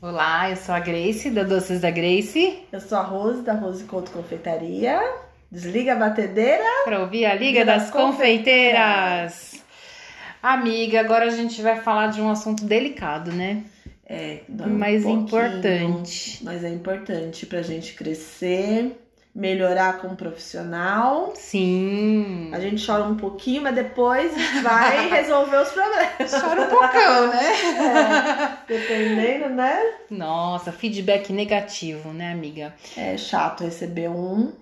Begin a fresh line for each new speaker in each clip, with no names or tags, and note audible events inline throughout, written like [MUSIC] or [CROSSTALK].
Olá, eu sou a Grace, da Doces da Grace,
Eu sou a Rose, da Rose Couto Confeitaria. Desliga a batedeira.
para ouvir a Liga
Liga
das,
das
Confeiteiras. Amiga, agora a gente vai falar de um assunto delicado, né?
É,
Mas
pouquinho,
importante.
Mas é importante pra gente crescer, melhorar como profissional.
Sim.
A gente chora um pouquinho, mas depois
[LAUGHS]
vai resolver os problemas.
Chora um poucão, né?
[LAUGHS] É, dependendo, né?
Nossa, feedback negativo, né, amiga?
É chato receber um.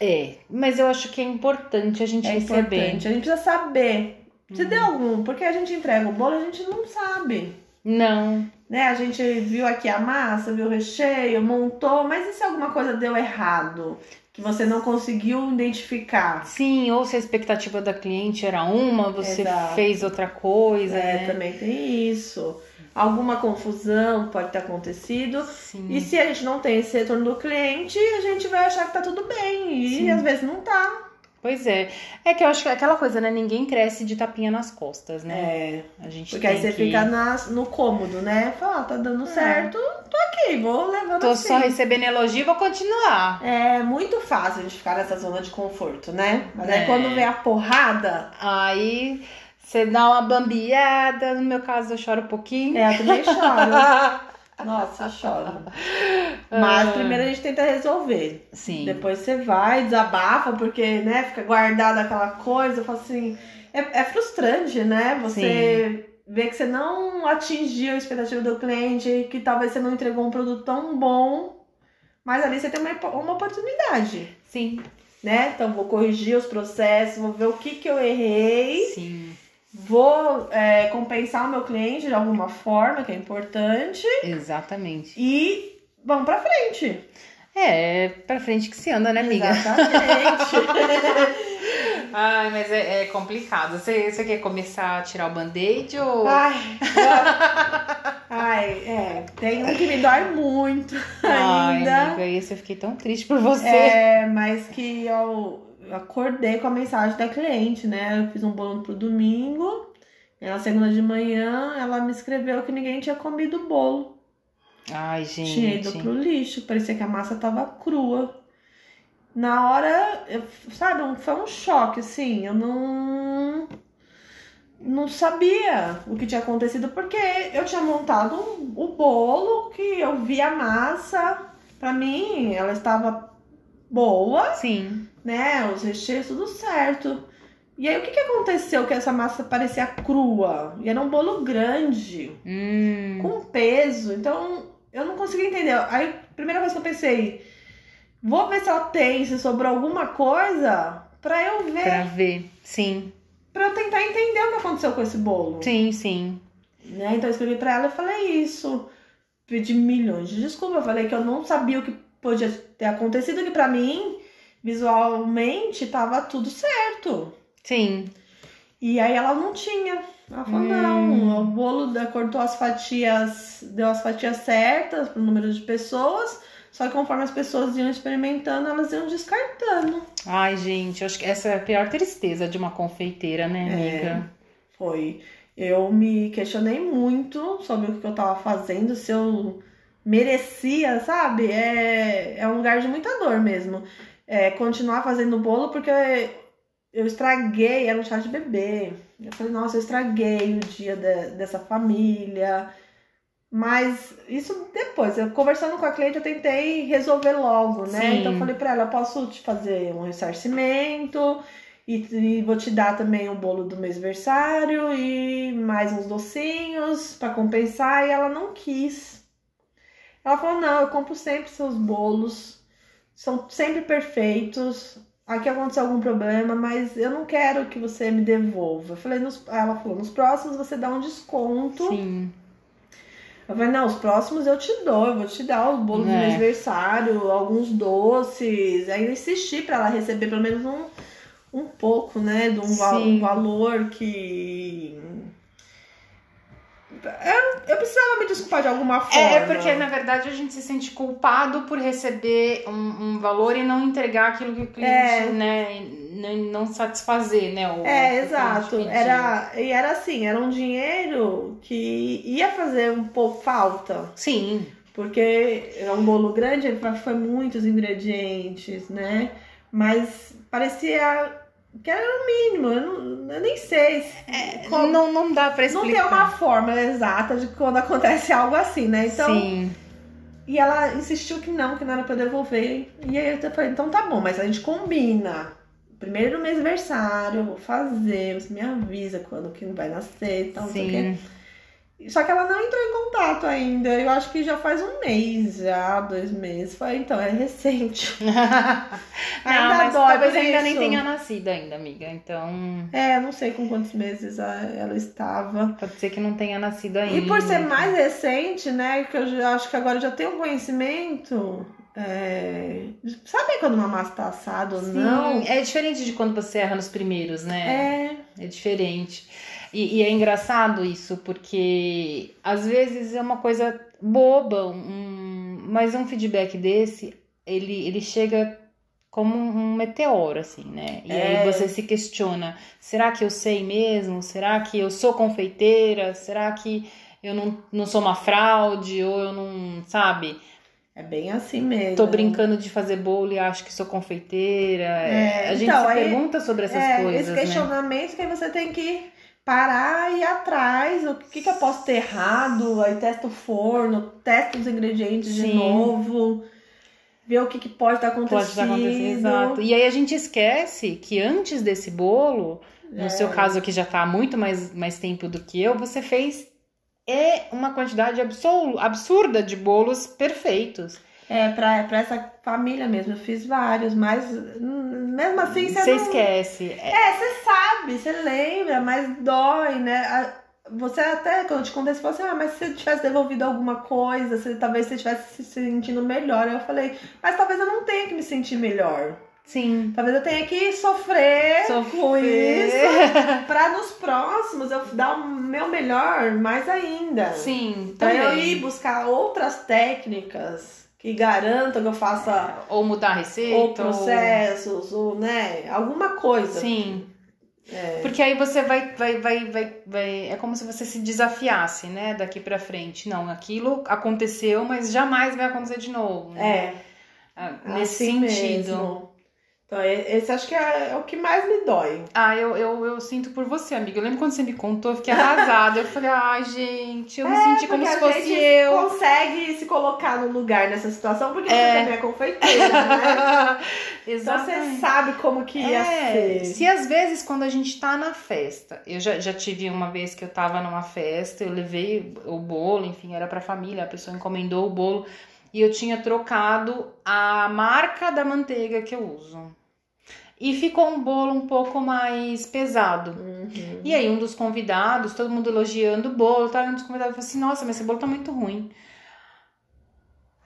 É, mas eu acho que é importante a gente
É
receber. Uhum.
importante. A gente precisa saber. Se deu algum, porque a gente entrega o bolo, a gente não sabe.
Não.
né? A gente viu aqui a massa, viu o recheio, montou, mas e se alguma coisa deu errado? Que você não conseguiu identificar?
Sim, ou se a expectativa da cliente era uma, você
Exato.
fez outra coisa,
É,
né?
também tem isso. Alguma confusão pode ter acontecido.
Sim.
E se a gente não tem esse retorno do cliente, a gente vai achar que tá tudo bem. E
Sim.
às vezes não tá.
Pois é. É que eu acho que é aquela coisa, né? Ninguém cresce de tapinha nas costas, né?
É.
A gente
Porque aí
tem
você
que-
fica nas- no cômodo, né? Fala, ah, tá dando
É.
certo, tô aqui, vou levando
Tô
assim.
só recebendo elogio e vou continuar.
É muito fácil a gente ficar nessa zona de conforto, né? Mas
É.
aí quando vem a porrada,
Aí você dá uma bambiada, no meu caso eu choro um pouquinho.
É, [LAUGHS] eu também choro. Nossa, eu choro. Mas primeiro a gente tenta resolver.
É. Ah, Sim.
Depois você vai, desabafa, porque, né, fica guardada aquela coisa. Eu falo assim. É, é frustrante, né? Você vê que você não atingiu a expectativa do cliente, que talvez você não entregou um produto tão bom. Mas ali você tem uma, uma oportunidade,
Sim.
né? Então vou corrigir os processos, vou ver o que, que eu errei,
Sim.
vou é, compensar o meu cliente de alguma forma, que é importante.
Exatamente.
e vamos pra frente.
É, pra frente que se anda, né, amiga? [LAUGHS]
Exatamente.
Ai, mas é, é complicado. Você, você quer começar a tirar o band-aid ou.
Ai, eu- ai, é, tem um que me dói muito
Ai,
Ah, ainda.
amiga, esse eu fiquei tão triste por você.
É, mas que eu eu acordei com a mensagem da cliente, né? Eu fiz um bolo pro domingo. e Na segunda de manhã, ela me escreveu que ninguém tinha comido o bolo.
Ai,
É. Tinha ido
gente.
pro lixo, parecia que a massa tava crua. Na hora, eu- sabe, um- foi um choque, assim, eu não. Não sabia o que tinha acontecido, porque eu tinha montado um- o bolo que eu vi a massa. Pra mim, ela estava boa,
Sim.
né? Os recheios, tudo certo. E aí, o que, que aconteceu que essa massa parecia crua? E era um bolo grande
Hum.
com peso. Então, eu não consegui entender. Aí, a primeira coisa que eu pensei, vou ver se ela tem, se sobrou alguma coisa, pra eu
Pra
ver,
ver. Sim,
pra eu tentar entender o que aconteceu com esse bolo.
sim, sim.
Né? Então, eu escrevi pra ela e falei isso. Pedi milhões de desculpas. Eu falei que eu não sabia o que podia ter acontecido, que pra mim, visualmente, tava tudo certo.
Sim.
E aí ela não tinha. Ela falou,
Hum.
não, o bolo da- cortou as fatias, deu as fatias certas pro número de pessoas, só que conforme as pessoas iam experimentando, elas iam descartando.
Ai, gente, eu acho que essa é a pior tristeza de uma confeiteira, né,
É.
amiga?
Foi. Eu me questionei muito sobre o que eu tava fazendo, se eu merecia, sabe? É, é um lugar de muita dor mesmo. É, continuar fazendo bolo porque eu estraguei, era um chá de bebê. Eu falei, nossa, eu estraguei o dia de- dessa família. Mas isso depois, eu conversando com a cliente, eu tentei resolver logo, né?
Sim.
Então eu falei pra ela, posso te fazer um ressarcimento e, e vou te dar também o bolo do mês versário e mais uns docinhos pra compensar. E ela não quis. Ela falou, não, eu compro sempre seus bolos, são sempre perfeitos. Aqui aconteceu algum problema, mas eu não quero que você me devolva. Eu falei, nos- ela falou, nos próximos você dá um desconto.
Sim.
Eu falei, não, os próximos eu te dou, eu vou te dar o bolo
É.
do aniversário, alguns doces. Aí eu insisti pra ela receber pelo menos um, um pouco, né, de um, va-
Sim.
um valor que. Eu, eu precisava me desculpar de alguma forma.
É, é porque, na verdade, a gente se sente culpado por receber um, um valor e não entregar aquilo que o cliente,
É.
né, não, não satisfazer, né? O, o
É,
que o cliente
exato.
pediu.
Era, e era assim, era um dinheiro que ia fazer um pouco falta,
Sim,
porque é um bolo grande, ele foi muitos ingredientes, né? Mas parecia que era o mínimo, eu, não- eu nem sei. se- como-
não, não dá pra
não
explicar.
tem uma fórmula exata de quando acontece algo assim, né? Então,
Sim,
e ela insistiu que não, que não era pra eu devolver. E aí eu falei, então tá bom, mas a gente combina. Primeiro mês aniversário, eu vou fazer, você me avisa quando que vai nascer e tal, não sei o quê.
sim.
Só que ela não entrou em contato ainda. Eu acho que já faz um mês, já, dois meses. Falei, então, é recente.
[LAUGHS] não,
Ainda
mas
dói
talvez
por
ainda nem
isso.
tenha nascido ainda, amiga. Então,
É, não sei com quantos meses a- ela estava.
pode ser que não tenha nascido ainda.
E por ser mais recente, né, que eu já- acho que agora eu já tenho um conhecimento. É... Sabe quando uma massa tá assada ou
Sim,
não?
é diferente de quando você erra nos primeiros, né?
É,
É, diferente. E, e é engraçado isso, porque às vezes é uma coisa boba, um- mas um feedback desse, ele, ele chega como um meteoro, assim, né? E
É.
aí você se questiona, será que eu sei mesmo? Será que eu sou confeiteira? Será que eu não, não sou uma fraude? Ou eu não, sabe?
é bem assim mesmo.
Tô brincando de fazer bolo e acho que sou confeiteira.
É,
a gente se
então, aí-
pergunta sobre essas
é,
coisas,
esse
né?
questionamento que você tem que parar e ir atrás. O que, que eu posso ter errado? Aí testa o forno, testa os ingredientes de
Sim.
novo, ver o que, que pode estar acontecendo.
Pode estar acontecendo, exato. E aí a gente esquece que antes desse bolo, no seu
É.
caso que já tá há muito mais, mais tempo do que eu, você fez é uma quantidade absolu- absurda de bolos perfeitos.
É, pra, pra essa família mesmo. Eu fiz vários, mas hum, mesmo assim você
você
não
esquece. É,
É, você sabe, você lembra, mas dói, né? A- Você até, quando eu te contei, você falou assim, ah, mas se eu tivesse devolvido alguma coisa, se, talvez você estivesse se sentindo melhor. Aí eu falei, mas talvez eu não tenha que me sentir melhor.
sim.
Talvez eu tenha que sofrer,
Sofrer.
com isso pra nos próximos eu dar o meu melhor mais ainda.
Sim,
Pra
também.
Então, eu ir buscar outras técnicas que garantam que eu faça
Ou mudar a receita.
ou processos, ou, né, alguma coisa.
Sim.
É.
Porque aí você vai, vai, vai, vai, vai. É como se você se desafiasse, né? Daqui pra frente. Não, aquilo aconteceu, mas jamais vai acontecer de novo. né?
É.
Ah, Nesse
Assim
sentido.
mesmo. Então, e- esse acho que é, é o que mais me dói.
Ah, eu, eu, eu sinto por você, amiga. Eu lembro quando você me contou, eu fiquei arrasada. Eu falei, ai, gente, eu me senti como se
É, Porque a
fosse
gente
eu.
consegue se colocar no lugar nessa situação, porque você
É.
também é
[LAUGHS]
confeiteira, né? então você
Exatamente.
sabe como que ia
É,
ser.
se às vezes quando a gente tá na festa, eu já, já tive uma vez que eu tava numa festa, eu levei o bolo, enfim, era pra família, a pessoa encomendou o bolo e eu tinha trocado a marca da manteiga que eu uso. E ficou um bolo um pouco mais pesado.
Uhum.
E aí, um dos convidados, todo mundo elogiando o bolo, tá? E um dos convidados falou assim: Nossa, mas esse bolo tá muito ruim.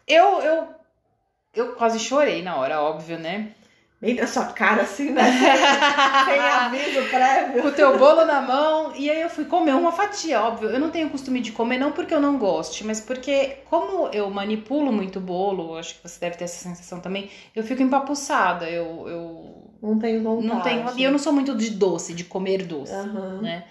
Eu, eu, eu quase chorei na hora, óbvio, né?
Bem na sua cara,
[LAUGHS]
assim, né? Sem aviso prévio.
com o teu bolo na mão. E aí eu fui comer uma fatia, óbvio. Eu não tenho costume de comer, não porque eu não goste, mas porque, como eu manipulo muito bolo, acho que você deve ter essa sensação também, eu fico empapuçada. Eu, eu
Não tem vontade. Ah.
não tenho. E eu não sou muito de doce, de comer doce.
Aham.
né?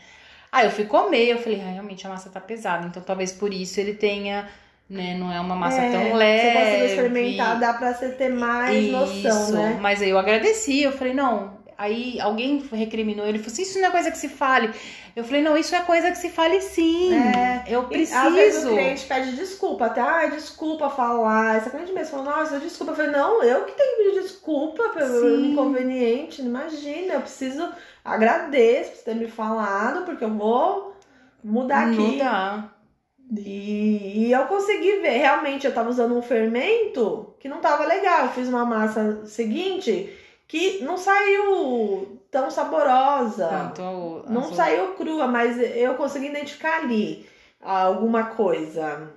Aí eu fui comer, eu falei, ah, realmente a massa tá pesada, então talvez por isso ele tenha, né? Não é uma massa
É,
tão
Você
leve.
conseguiu experimentar, dá pra você ter mais noção,
Isso,
né?
Mas aí eu agradeci, eu falei, não. Aí alguém recriminou ele, falou assim, isso não é coisa que se fale. Eu falei, não, isso é coisa que se fale sim.
É.
Eu
E, Às vezes
preciso.
o cliente pede desculpa, até, ai, desculpa falar. Essa cliente mesmo falou, nossa, desculpa. Eu falei, não, eu que tenho que pedir desculpa pelo
Sim.
inconveniente. Não Imagina, eu preciso, agradeço por você ter me falado, porque eu vou mudar tá aqui.
Não dá.
E, e eu consegui ver, realmente, eu tava usando um fermento que não tava legal. Eu fiz uma massa seguinte que não saiu tão saborosa.
Tanto a- a
Não
sua-
saiu crua, mas eu consegui identificar ali alguma coisa.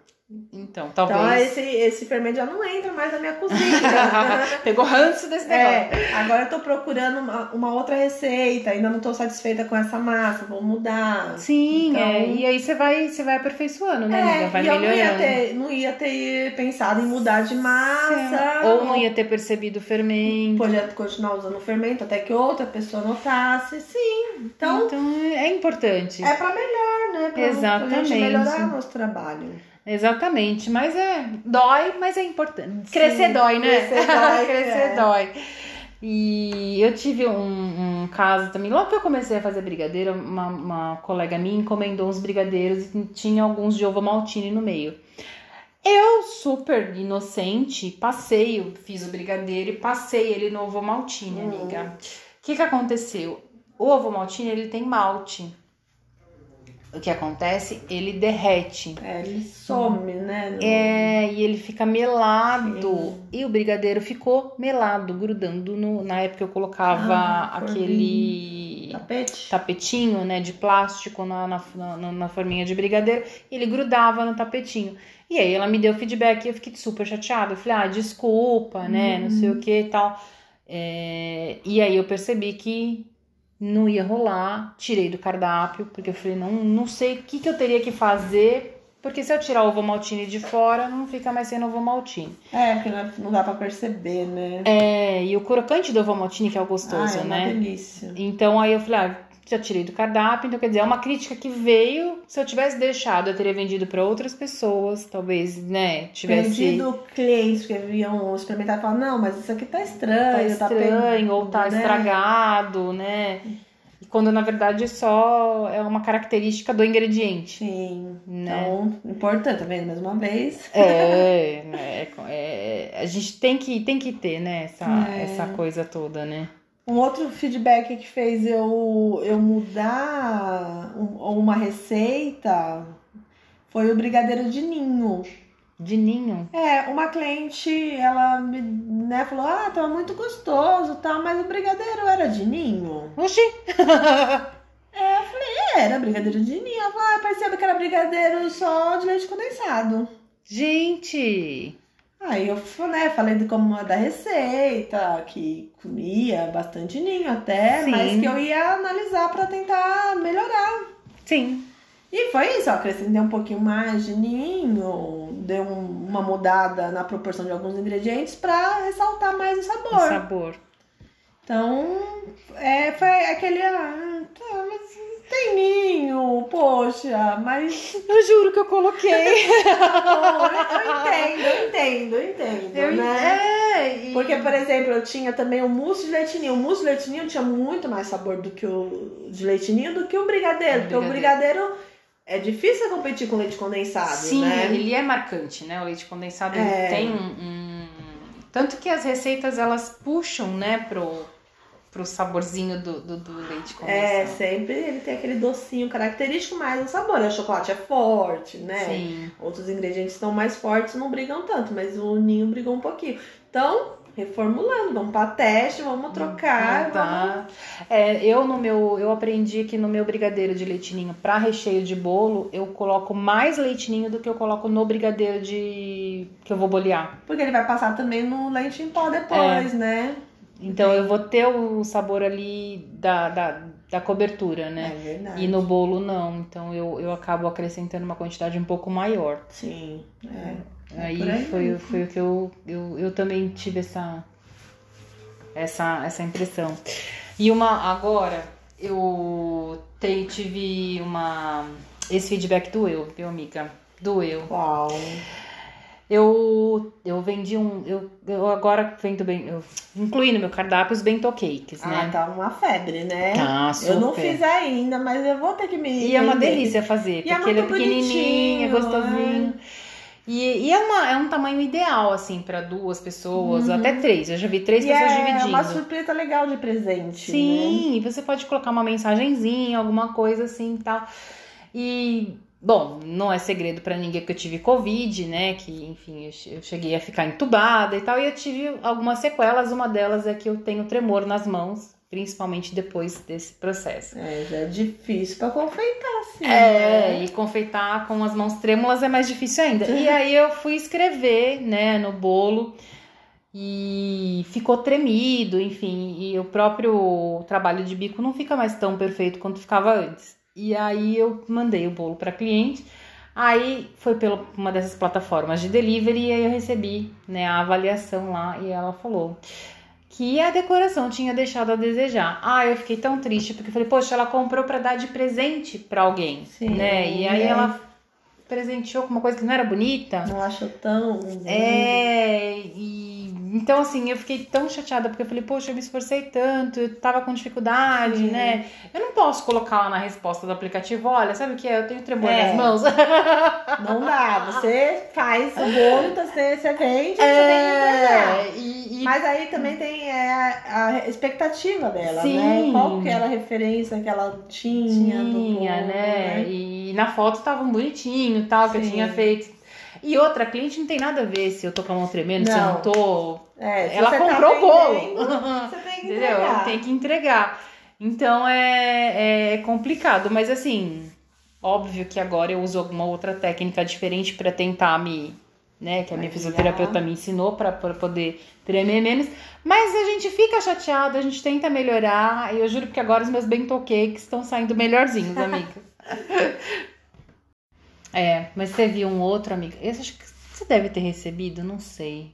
Então,
Então
talvez.
esse, esse fermento já não entra mais na minha cozinha.
[LAUGHS] Pegou ranço desse negócio.
É, agora eu tô procurando uma, uma outra receita, ainda não tô satisfeita com essa massa, vou mudar.
Sim,
Então-
é, e aí você vai, você vai aperfeiçoando, né,
É,
amiga? Vai
e eu não ia,
melhorando.
ter, não ia ter pensado em mudar de massa.
Ou não ia ter percebido o fermento.
Podia continuar usando o fermento até que outra pessoa notasse. Sim, então
Então, é importante.
é pra melhor, né? Pra, pra
Exatamente.
gente melhorar o nosso trabalho.
Exatamente. Mas é. Dói, mas é importante.
Sim,
Crescer dói, né? [LAUGHS]
crescer dói,
Crescer
é.
dói. E eu tive um, um caso também. Logo que eu comecei a fazer brigadeiro, uma, uma colega minha encomendou uns brigadeiros e tinha alguns de ovo maltine no meio. Eu, super inocente, passei, eu fiz o brigadeiro e passei ele no ovo maltine,
Hum.
amiga. O que, que aconteceu? O ovo maltine, ele tem malte. O que acontece? Ele derrete.
É, ele some, né? no-
É, e ele fica melado. E o brigadeiro ficou melado, grudando no- na época eu colocava
Ah,
aquele
Tapete?
tapetinho, né, de plástico na, na, na- na forminha de brigadeiro, e ele grudava no tapetinho. E aí ela me deu feedback e eu fiquei super chateada. Eu falei, ah, desculpa, né, não
Uhum.
sei o que e tal. É, e aí eu percebi que não ia rolar, tirei do cardápio, porque eu falei, não, não sei o que, que eu teria que fazer, porque se eu tirar o ovo maltine de fora, não fica mais sendo ovo maltine.
É, porque não- não dá pra perceber, né?
É, e o crocante do ovo maltine que é o
Ah,
gostoso,
é uma
né?
delícia.
Então aí eu falei, ah, já tirei do cardápio, então quer dizer, é uma crítica que veio. Se eu tivesse deixado, eu teria vendido para outras pessoas, talvez, né? Tivesse
Perdido clientes que vinham experimentar e falar, um não, mas isso aqui tá estranho,
tá
pe-
estranho ou tá
né?
estragado, né? E quando na verdade só é uma característica do ingrediente,
Sim.
né?
Então, importante, tá vendo? Mais uma
[LAUGHS]
vez.
É, né, é, a gente tem que, tem que ter, né, essa,
É.
essa coisa toda, né?
Um outro feedback que fez eu, eu mudar um- uma receita foi o brigadeiro de ninho.
De ninho.
É, uma cliente, ela me, né, falou, ah, tava muito gostoso, tal, mas o brigadeiro era de ninho.
Oxi!
Era brigadeiro de ninho. Ela falou, ah, percebe que era brigadeiro só de leite condensado.
Gente!
Aí eu f- né, falei de como da receita, que comia bastante ninho até,
Sim.
mas que eu ia analisar pra tentar melhorar.
Sim.
E foi isso, ó, acrescentei um pouquinho mais de ninho, dei um- uma mudada na proporção de alguns ingredientes pra ressaltar mais o
o
sabor.
sabor.
Então, é, foi aquele, ah, tá, mas tem ninho, poxa, mas
Eu juro que eu coloquei.
eu, eu entendo, eu entendo, eu
Eu
entendo, né?
[LAUGHS] é, e-
Porque, por exemplo, eu tinha também o mousse de leitinho. O mousse de leitinho tinha muito mais sabor do que o de leitinho do que o brigadeiro.
O
Porque o brigadeiro é difícil competir com leite condensado,
sim,
né?
ele é marcante, né? O leite condensado
É.
ele tem um, um- tanto que as receitas elas puxam, né, pro pro saborzinho do, do, do leite
É,
condensado.
sempre ele tem aquele docinho característico, mas o sabor. O chocolate é forte, né?
Sim.
Outros ingredientes estão mais fortes, não brigam tanto, mas o ninho brigou um pouquinho. Então, reformulando, vamos pra teste, vamos trocar. Ah, vamos-
Tá. É, eu no meu eu aprendi que no meu brigadeiro de leitinho para recheio de bolo eu coloco mais leitinho do que eu coloco no brigadeiro de que eu vou bolear.
Porque ele vai passar também no leite em pó
É.
depois, né?
Então eu vou ter o sabor ali da, da, da cobertura, né?
É verdade.
E no bolo não, então eu, eu acabo acrescentando uma quantidade um pouco maior.
Sim, é. É
Aí,
por aí
foi,
mesmo.
foi o que eu, eu, eu também tive essa, essa, essa impressão. E uma agora, eu te- tive uma. Esse feedback doeu, viu, amiga? Doeu.
Qual?
Eu, eu vendi um. Eu, eu agora vendo bem. Eu incluí no meu cardápio os bento cakes,
Ah,
né?
tá uma febre, né?
Tá,
Eu não
super.
fiz ainda, mas eu vou ter que me.
E é uma
vender.
delícia fazer,
E é
porque ele é
muito
pequenininho, é
bonitinho,
gostosinho. E, e é, uma, é um tamanho ideal, assim, para duas pessoas,
Uhum.
até três. Eu já vi três
E
pessoas
é
dividindo.
uma surpresa legal de presente. né?
Sim, e você pode colocar uma mensagenzinha, alguma coisa assim e tal. E, bom, não é segredo pra ninguém que eu tive Covid, né? Que, enfim, eu che- eu cheguei a ficar entubada e tal. E eu tive algumas sequelas. Uma delas é que eu tenho tremor nas mãos. principalmente depois desse processo.
É, já é difícil pra confeitar, assim.
É,
né?
e confeitar com as mãos trêmulas é mais difícil ainda. E aí eu fui escrever, né, no bolo e ficou tremido, enfim, e o próprio trabalho de bico não fica mais tão perfeito quanto ficava antes. E aí eu mandei o bolo para cliente. Aí foi pela uma dessas plataformas de delivery e aí eu recebi, né, a avaliação lá e ela falou: que a decoração tinha deixado a desejar. Ah, eu fiquei tão triste porque eu falei, poxa, ela comprou para dar de presente para alguém,
Sim,
né? E aí
é.
ela presenteou com uma coisa que não era bonita.
Não acho tão.
É, e então assim, eu fiquei tão chateada porque eu falei, poxa, eu me esforcei tanto, eu tava com dificuldade,
Sim.
né? Eu não posso colocar lá na resposta do aplicativo, olha, sabe o que é? Eu tenho tremor
É.
nas mãos. [LAUGHS]
Não dá. Você faz o bolo, você, você vende, você tem que entregar.
É, e, e
Mas aí também tem é, a expectativa dela, né?
Sim.
Qual que era a referência que ela tinha, do bolo,
Tinha, né? E na foto tava um bonitinho, tal, que
Sim.
eu tinha feito. E outra, a cliente não tem nada a ver se eu tô com a mão tremendo, se eu
Não.
não tô.
É, se
Ela
você
comprou
tá
o bolo.
vendendo, Você tem que
Entendeu?
entregar.
Tem que entregar. Então é, é complicado, mas assim, óbvio que agora eu uso alguma outra técnica diferente pra tentar me. Né, que a minha
Maquiar.
fisioterapeuta me ensinou pra pra poder tremer menos. Mas a gente fica chateado, a gente tenta melhorar. E eu juro que agora os meus bento cakes estão saindo
[LAUGHS]
melhorzinhos, amiga. é, mas teve um outro, amiga. Esse acho que você deve ter recebido, não sei.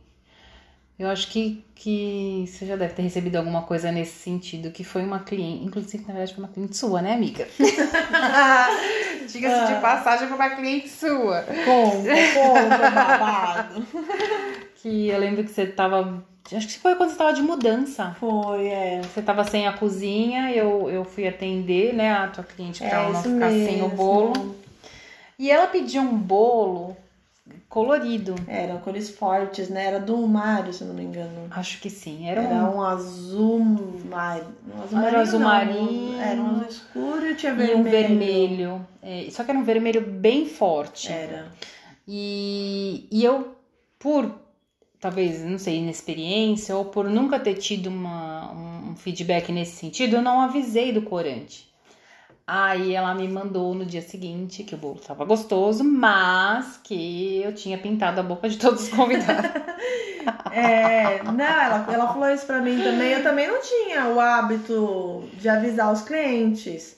Eu acho que, que você já deve ter recebido alguma coisa nesse sentido, que foi uma cliente, inclusive, na verdade, foi uma cliente sua, né, amiga? [LAUGHS] Diga-se
Ah.
de passagem, foi uma cliente sua. [LAUGHS]
Conta, conta, é babado.
Que eu lembro que você tava. Acho que foi quando você tava de mudança.
Foi, é.
Você tava sem a cozinha, eu, eu fui atender, né, a tua cliente pra
É
ela não
isso
ficar sem o
mesmo.
bolo. E ela pediu um bolo colorido.
Eram cores fortes, né? Era do Mário, se eu não me engano.
Acho que sim, era
Era
um.
um azul marinho. Um azul
Ah, era
marinho,
azul
não, um-
marinho.
Era um azul escuro e tinha
E
vermelho.
um vermelho. É, só que era um vermelho bem forte.
Era.
E, e eu, por talvez, não sei, inexperiência ou por nunca ter tido uma, um um feedback nesse sentido, eu não avisei do corante. Aí ela me mandou no dia seguinte que o bolo estava gostoso, mas que eu tinha pintado a boca de todos os
[LAUGHS]
convidados.
É, não, ela, ela falou isso pra mim também. Eu também não tinha o hábito de avisar os clientes.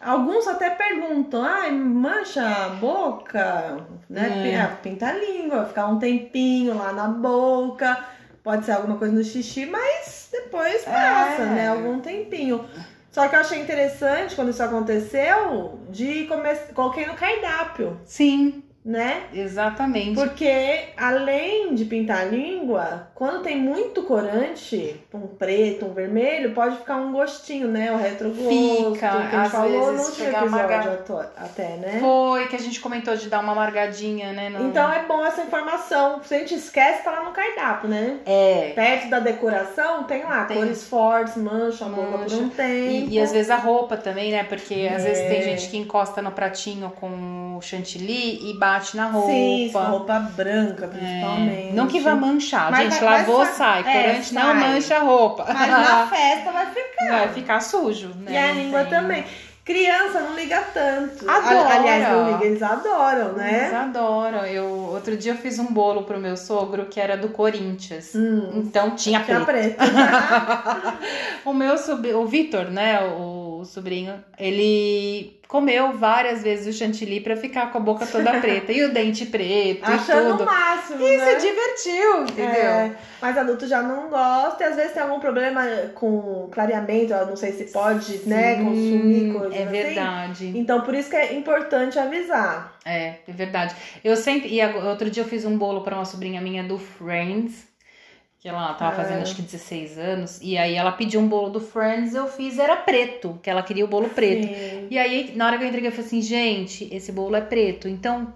Alguns até perguntam, ai, mancha a boca, né?
É.
Ah, Pinta a língua, ficar um tempinho lá na boca, pode ser alguma coisa no xixi, mas depois passa,
É.
né? Algum tempinho. Só que eu achei interessante quando isso aconteceu, de começar, coloquei no cardápio,
Sim,
né?
exatamente.
Porque além de pintar a língua, quando tem muito corante, um preto, um vermelho, pode ficar um gostinho, né? O retrogosto. que
Fica,
a gente
às
falou
vezes
no último
fica
episódio
amarga-
ato- até, né?
Foi que a gente comentou de dar uma amargadinha, né? no-
Então é bom essa informação. Se a gente esquece, tá lá no cardápio, né?
é.
Perto da decoração, tem lá
Tem.
cores fortes, mancha, a boca por
Mancha.
um tempo.
E, e às vezes a roupa também, né? Porque às
É.
vezes tem gente que encosta no pratinho com o chantilly e bate na roupa. né? É.
Sim, isso, roupa branca, principalmente.
Não que vá manchar,
Mas
gente.
vai- vai
lavou,
sa-
sai.
é,
Corante não
sai.
mancha a roupa.
Mas
[LAUGHS]
na festa vai ficar.
Vai ficar sujo, né?
E
Não
a língua
tem-
também. Criança não liga tanto.
Adora.
A- Aliás, não liga, eles adoram,
Eles
né?
adoram. Eu, outro dia eu fiz um bolo pro meu sogro que era do Corinthians.
Hum,
Então tinha
tinha
preto.
preto.
O meu sobrinho, o Vitor, né, o, o sobrinho, ele comeu várias vezes o chantilly pra ficar com a boca toda
[LAUGHS]
preta e o dente preto e
Achando o
tudo.
máximo.
E
né?
se divertiu, entendeu?
É, mas adulto já não gosta e às vezes tem algum problema com clareamento, eu não sei se pode, né,
Sim,
consumir coisas
É
assim.
verdade.
Então por isso que é importante avisar.
É, é verdade. Eu sempre. E agora- outro dia eu fiz um bolo pra uma sobrinha minha do Friends. Que ela tava
Ah.
fazendo acho que 16 anos. E aí ela pediu um bolo do Friends, eu fiz, era preto, que ela queria o bolo preto.
Sim.
E aí, na hora que eu entreguei, eu falei assim, gente, esse bolo é preto. Então,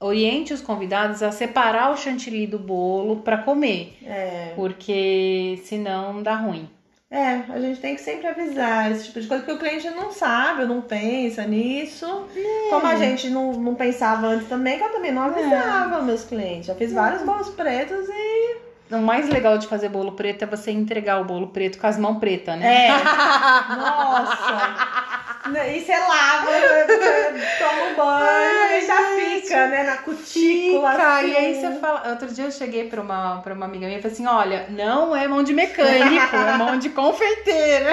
oriente os convidados a separar o chantilly do bolo pra comer.
É.
Porque senão dá ruim.
é, a gente tem que sempre avisar esse tipo de coisa, porque o cliente não sabe, não pensa nisso.
É.
Como a gente não, não
Uhum.
pensava antes também, que eu também não avisava meus clientes. Já fiz vários bolos pretos e
O mais legal de fazer bolo preto é você entregar o bolo preto com as mãos pretas, né?
É. Nossa. Né, E você lava, né, toma um banho e já fica, né? Na cutícula.
Fica,
assim.
E aí você fala. Outro dia eu cheguei pra uma, pra uma amiga minha e falei assim: olha, não é mão de mecânico, é mão de confeiteira.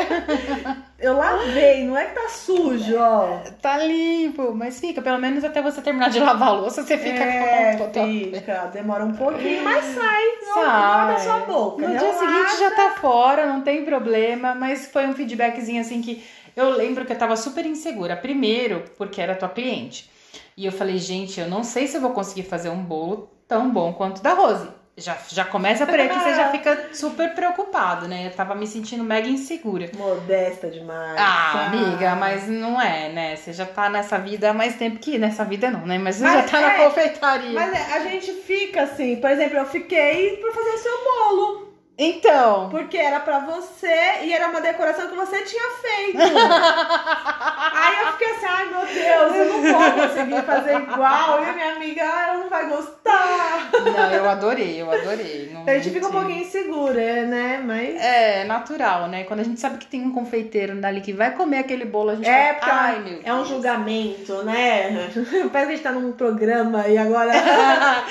Eu lavei, não é que tá sujo, ó.
[LAUGHS] Tá limpo, mas fica, pelo menos até você terminar de lavar a louça, você fica
é,
com a- com a-
fica. Demora um pouquinho, mas sai. Sai.
Sai.
da sua boca.
No
né?
dia
Lá-
seguinte já tá fora, não tem problema, mas foi um feedbackzinho assim que eu lembro que eu tava super insegura. Primeiro, porque era tua cliente. E eu falei, gente, eu não sei se eu vou conseguir fazer um bolo tão bom quanto o da Rose. Já, já começa por aí que você já fica super preocupado, né? Eu tava me sentindo mega insegura.
Modesta demais.
Ah,
sabe?
amiga, mas não é, né? Você já tá nessa vida há mais tempo que nessa vida não, né? Mas você
Mas
já tá na
é,
confeitaria.
Mas é, a gente fica assim, por exemplo, eu fiquei pra fazer seu bolo,
Então,
porque era pra você e era uma decoração que você tinha
[LAUGHS]
feito. Aí eu fiquei assim, ai meu Deus, eu não vou conseguir fazer igual, e a minha amiga, ah, ela não vai gostar.
não, eu adorei, eu adorei. Não
A gente fica um
menti.
pouquinho insegura, né? Mas.
É, natural, né? Quando a gente sabe que tem um confeiteiro ali que vai comer aquele bolo, a gente
É, porque
fala, ai, meu
é um
Deus."
julgamento, né? [LAUGHS] Parece que a gente tá num programa
[LAUGHS]
e agora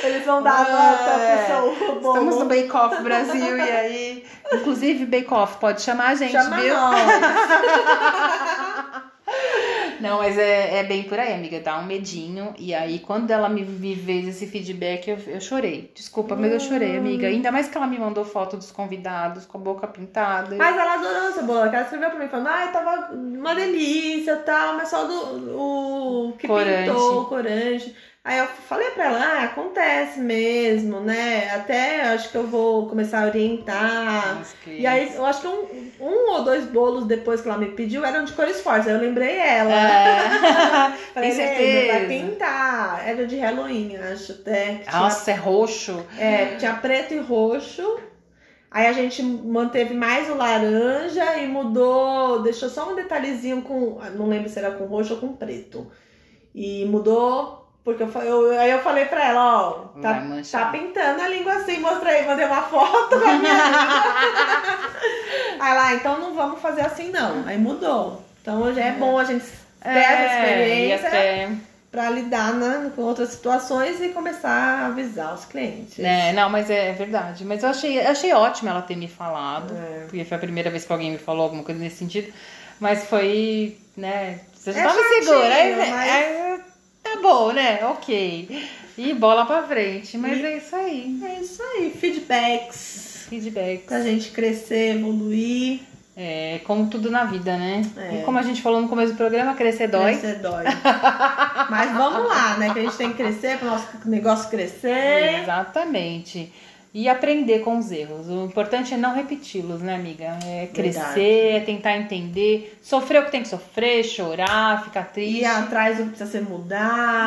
eles vão dar a
É.
nota pro seu bolo.
Estamos no Bake Off Brasil e
[LAUGHS]
aí, inclusive Bake Off pode chamar a gente,
Chama
viu?
nós.
Não, mas é, é bem por aí, amiga, dá um medinho. E aí, quando ela me, me fez esse feedback, eu, eu chorei. Desculpa, mas eu chorei, amiga.
Hum.
Ainda mais que ela me mandou foto dos convidados com a boca pintada.
[LAUGHS] Mas ela adorou essa bola, que ela escreveu pra mim falando, ai, tava uma delícia tal, mas só do o que
Corante.
pintou, o corante. Aí eu falei pra ela, ah, acontece mesmo, né? Até acho que eu vou começar a orientar.
Ah, Mas que-
é. E aí, eu acho que um, um ou dois bolos depois que ela me pediu eram de cores fortes. Aí eu lembrei ela. [LAUGHS]
É.
Falei,
Tem
"Lembra, vai
certeza?"
pintar. Era de Halloween, acho até. que tinha
Nossa, é roxo.
é, tinha preto e roxo. Aí a gente manteve mais o laranja e mudou, deixou só um detalhezinho com, não lembro se era com roxo ou com preto. E mudou, porque eu, fa- eu aí eu falei pra ela, ó,
vai
tá, tá
manchar.
pintando a língua assim, mostrei, mandei uma foto pra minha amiga.
[LAUGHS]
Aí lá, então não vamos fazer assim não. Aí mudou. Então já é bom a gente ter essa
É, e
experiência
até...
pra lidar né, com outras situações e começar a avisar os clientes.
É, não, mas é, é verdade. Mas eu achei, achei ótimo ela ter me falado,
É.
porque foi a primeira vez que alguém me falou alguma coisa nesse sentido. Mas foi, né? Você já
É
tava
chatinho,
segura, aí,
mas-
aí, tá bom, né? Ok. E bola pra frente. Mas é isso aí.
É isso aí, feedbacks.
Feedback.
Pra gente crescer, evoluir.
É, como tudo na vida, né?
É.
E como a gente falou no começo do programa, crescer dói.
Crescer
[LAUGHS]
dói. Mas vamos lá, né? Que a gente tem que crescer, pro nosso negócio
É.
crescer.
Exatamente. E aprender com os erros. O importante é não repeti-los, né, amiga? É crescer, é tentar entender, sofrer o que tem que sofrer, chorar, ficar triste.
Ir atrás do que precisa ser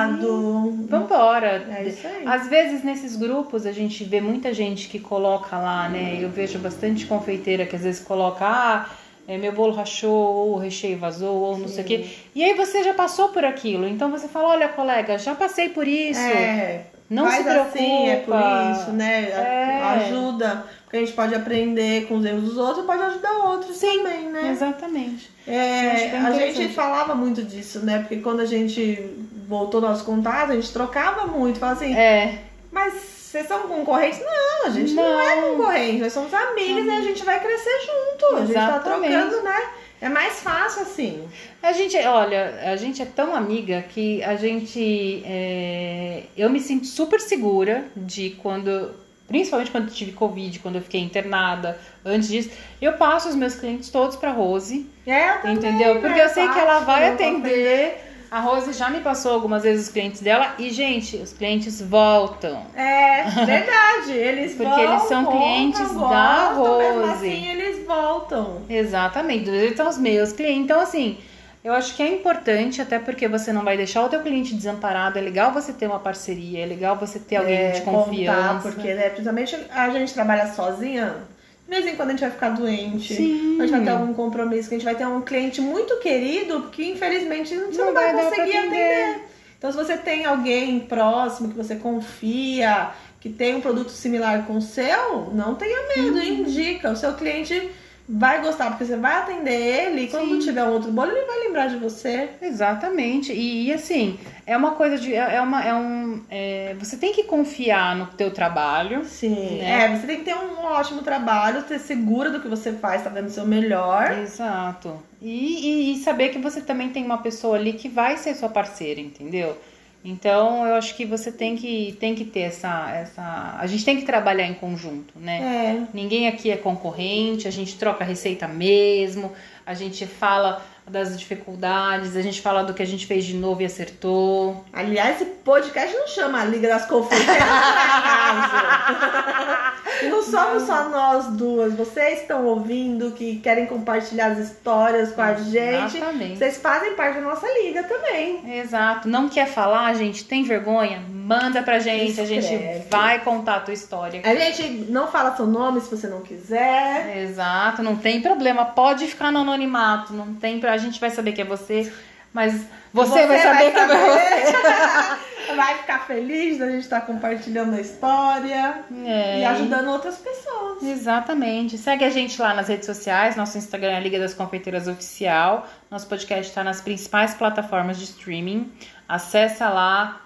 mudado.
Vambora.
É isso aí.
Às vezes nesses grupos a gente vê muita gente que coloca lá, né? Eu vejo bastante confeiteira que às vezes coloca, ah, é, meu bolo rachou, ou o recheio vazou, ou não sei o quê. E aí você já passou por aquilo. Então você fala, olha, colega, já passei por isso.
É,
não
faz
se preocupa.
assim, é por isso, né?
É.
Ajuda. Porque a gente pode aprender com os erros dos outros e pode ajudar outros também, né?
Exatamente. Acho
É,
bem
a
interessante.
gente falava muito disso, né? Porque quando a gente voltou nosso contato, a gente trocava muito. Falava assim,
É,
Mas vocês são concorrentes? Não, a gente não,
Não. Uhum.
é concorrente, nós somos amigos e a gente vai crescer junto. A gente tá
Exatamente.
trocando, né? É mais fácil assim.
a gente, olha, a gente é tão amiga que a gente, é, eu me sinto super segura de quando, principalmente quando eu tive covid, quando eu fiquei internada, antes disso, eu passo os meus clientes todos pra Rose,
É, eu também,
entendeu? Porque
né?
eu sei que ela
Fácil,
vai
eu vou
atender. A Rose já me passou algumas vezes os clientes dela e, gente, os clientes voltam.
É, verdade. Eles
Porque
vão,
eles são
voltam,
clientes da
voltam, Mesmo
Rose.
assim, eles voltam.
Exatamente, eles são os meus clientes. Então, assim, eu acho que é importante, até porque você não vai deixar o teu cliente desamparado. É legal você ter uma parceria, é legal você ter alguém
É,
de
contar,
confiança.
porque né, principalmente a gente trabalha sozinha. De vez em quando a gente vai ficar doente.
Sim.
A gente vai ter algum compromisso, que a gente vai ter um cliente muito querido que infelizmente você não,
Não
vai,
vai dar pra
conseguir atender.
atender.
Então, se você tem alguém próximo que você confia, que tem um produto similar com o seu, não tenha medo, uhum. indica. O seu cliente vai gostar, porque você vai atender ele e quando Sim. tiver um outro bolo, ele vai lembrar de você.
Exatamente. E, e assim, é uma coisa de. É uma, é um, é, você tem que confiar no teu trabalho.
Sim. Né? É, você tem que ter um ótimo trabalho, ser segura do que você faz, tá dando o seu melhor.
Exato. E, e, e saber que você também tem uma pessoa ali que vai ser sua parceira, entendeu? Então, eu acho que você tem que, tem que ter essa, essa. A gente tem que trabalhar em conjunto, né? É. Ninguém aqui é concorrente, a gente troca receita mesmo, a gente fala das dificuldades, a gente fala do que a gente fez de novo e acertou.
Aliás, esse podcast não chama a Liga das Confusões.
[LAUGHS]
não somos só nós duas. Vocês estão ouvindo, que querem compartilhar as histórias com a gente. Exatamente. Vocês fazem parte da nossa liga também.
Exato. Não quer falar, gente? Tem vergonha? Manda pra gente. Escreve. A gente vai contar a tua história.
A gente não fala seu nome se você não quiser.
Exato. Não tem problema. Pode ficar no anonimato. Não tem pra... A gente vai saber que é você. Mas você, você vai saber, vai saber. que é
você. [LAUGHS] vai ficar feliz da gente estar compartilhando a história é. e ajudando outras pessoas.
Exatamente. Segue a gente lá nas redes sociais. Nosso Instagram é Liga das Confeiteiras Oficial. Nosso podcast está nas principais plataformas de streaming. Acessa lá.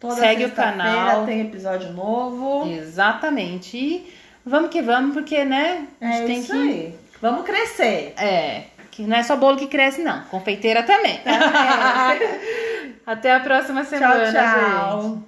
Toda segue o canal.
Tem episódio novo.
Exatamente. E vamos que vamos, porque, né?
A gente é tem que. Aí. Vamos [LAUGHS] crescer.
É. Que não é só bolo que cresce, não. Confeiteira também. também. [LAUGHS] Até a próxima semana.
É. Tchau, tchau. Gente.